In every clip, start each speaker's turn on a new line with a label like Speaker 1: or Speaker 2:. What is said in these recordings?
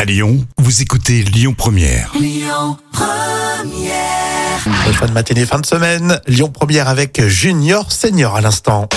Speaker 1: À Lyon, vous écoutez Lyon Première.
Speaker 2: Bonne fin de matinée, fin de semaine. Lyon première avec Junior Senior à l'instant.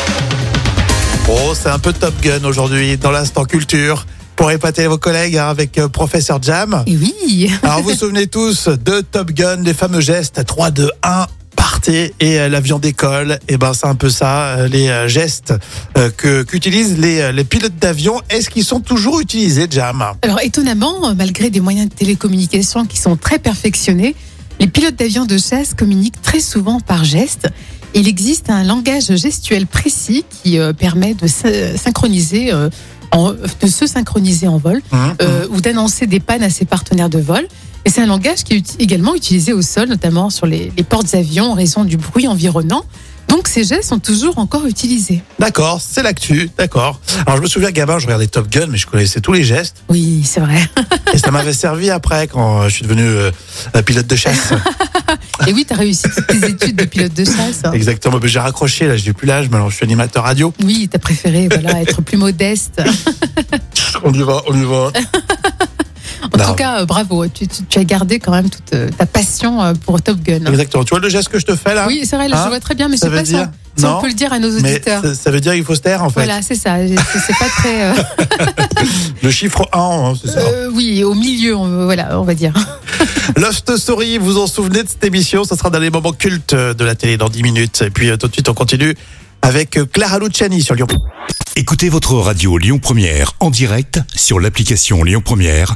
Speaker 2: Oh, c'est un peu Top Gun aujourd'hui dans l'instant culture. Pour épater vos collègues hein, avec euh, Professeur Jam.
Speaker 3: Et oui
Speaker 2: Alors vous vous souvenez tous de Top Gun, les fameux gestes 3, 2, 1, partez et euh, l'avion décolle. Et ben c'est un peu ça, euh, les euh, gestes euh, que qu'utilisent les, euh, les pilotes d'avion. Est-ce qu'ils sont toujours utilisés, Jam
Speaker 3: Alors étonnamment, malgré des moyens de télécommunication qui sont très perfectionnés, les pilotes d'avions de chasse communiquent très souvent par gestes. Il existe un langage gestuel précis qui euh, permet de sy- synchroniser, euh, en- de se synchroniser en vol
Speaker 2: Hein
Speaker 3: euh, ou d'annoncer des pannes à ses partenaires de vol. Et c'est un langage qui est uti- également utilisé au sol, notamment sur les, les portes-avions en raison du bruit environnant. Donc ces gestes sont toujours encore utilisés.
Speaker 2: D'accord, c'est l'actu, d'accord. Alors je me souviens, gamin, je regardais Top Gun, mais je connaissais tous les gestes.
Speaker 3: Oui, c'est vrai.
Speaker 2: Et ça m'avait servi après quand je suis devenu euh, euh, pilote de chasse.
Speaker 3: Et oui, tu as réussi toutes tes études de pilote de chasse. hein.
Speaker 2: Exactement. Mais J'ai raccroché, là, j'ai plus l'âge, mais alors je suis animateur radio.
Speaker 3: Oui, t'as préféré voilà, être plus modeste.
Speaker 2: On y va, on y va.
Speaker 3: En
Speaker 2: Non.
Speaker 3: tout cas, euh, bravo, tu, tu- tu as gardé quand même toute euh, ta passion euh, pour Top Gun.
Speaker 2: Exactement. Tu vois le geste que je te fais là
Speaker 3: Oui, c'est vrai, là,
Speaker 2: Hein
Speaker 3: je vois très bien, mais je
Speaker 2: Ça
Speaker 3: sais
Speaker 2: veut
Speaker 3: pas si
Speaker 2: dire
Speaker 3: on, si on
Speaker 2: Non.
Speaker 3: peut le dire à nos
Speaker 2: Mais
Speaker 3: auditeurs.
Speaker 2: ça, ça veut dire qu'il faut se taire en fait.
Speaker 3: Voilà, c'est ça, c'est c'est pas très... euh,
Speaker 2: Le chiffre 1, hein, c'est ça.
Speaker 3: euh, oui, au milieu, on, voilà, on va dire.
Speaker 2: Lost Story, vous vous en souvenez de cette émission Ça sera dans les moments cultes de la télé dans 10 minutes. Et puis euh, tout de suite, on continue avec euh, Clara Luciani sur Lyon.
Speaker 1: Écoutez votre radio Lyon Première en direct sur l'application Lyon Première,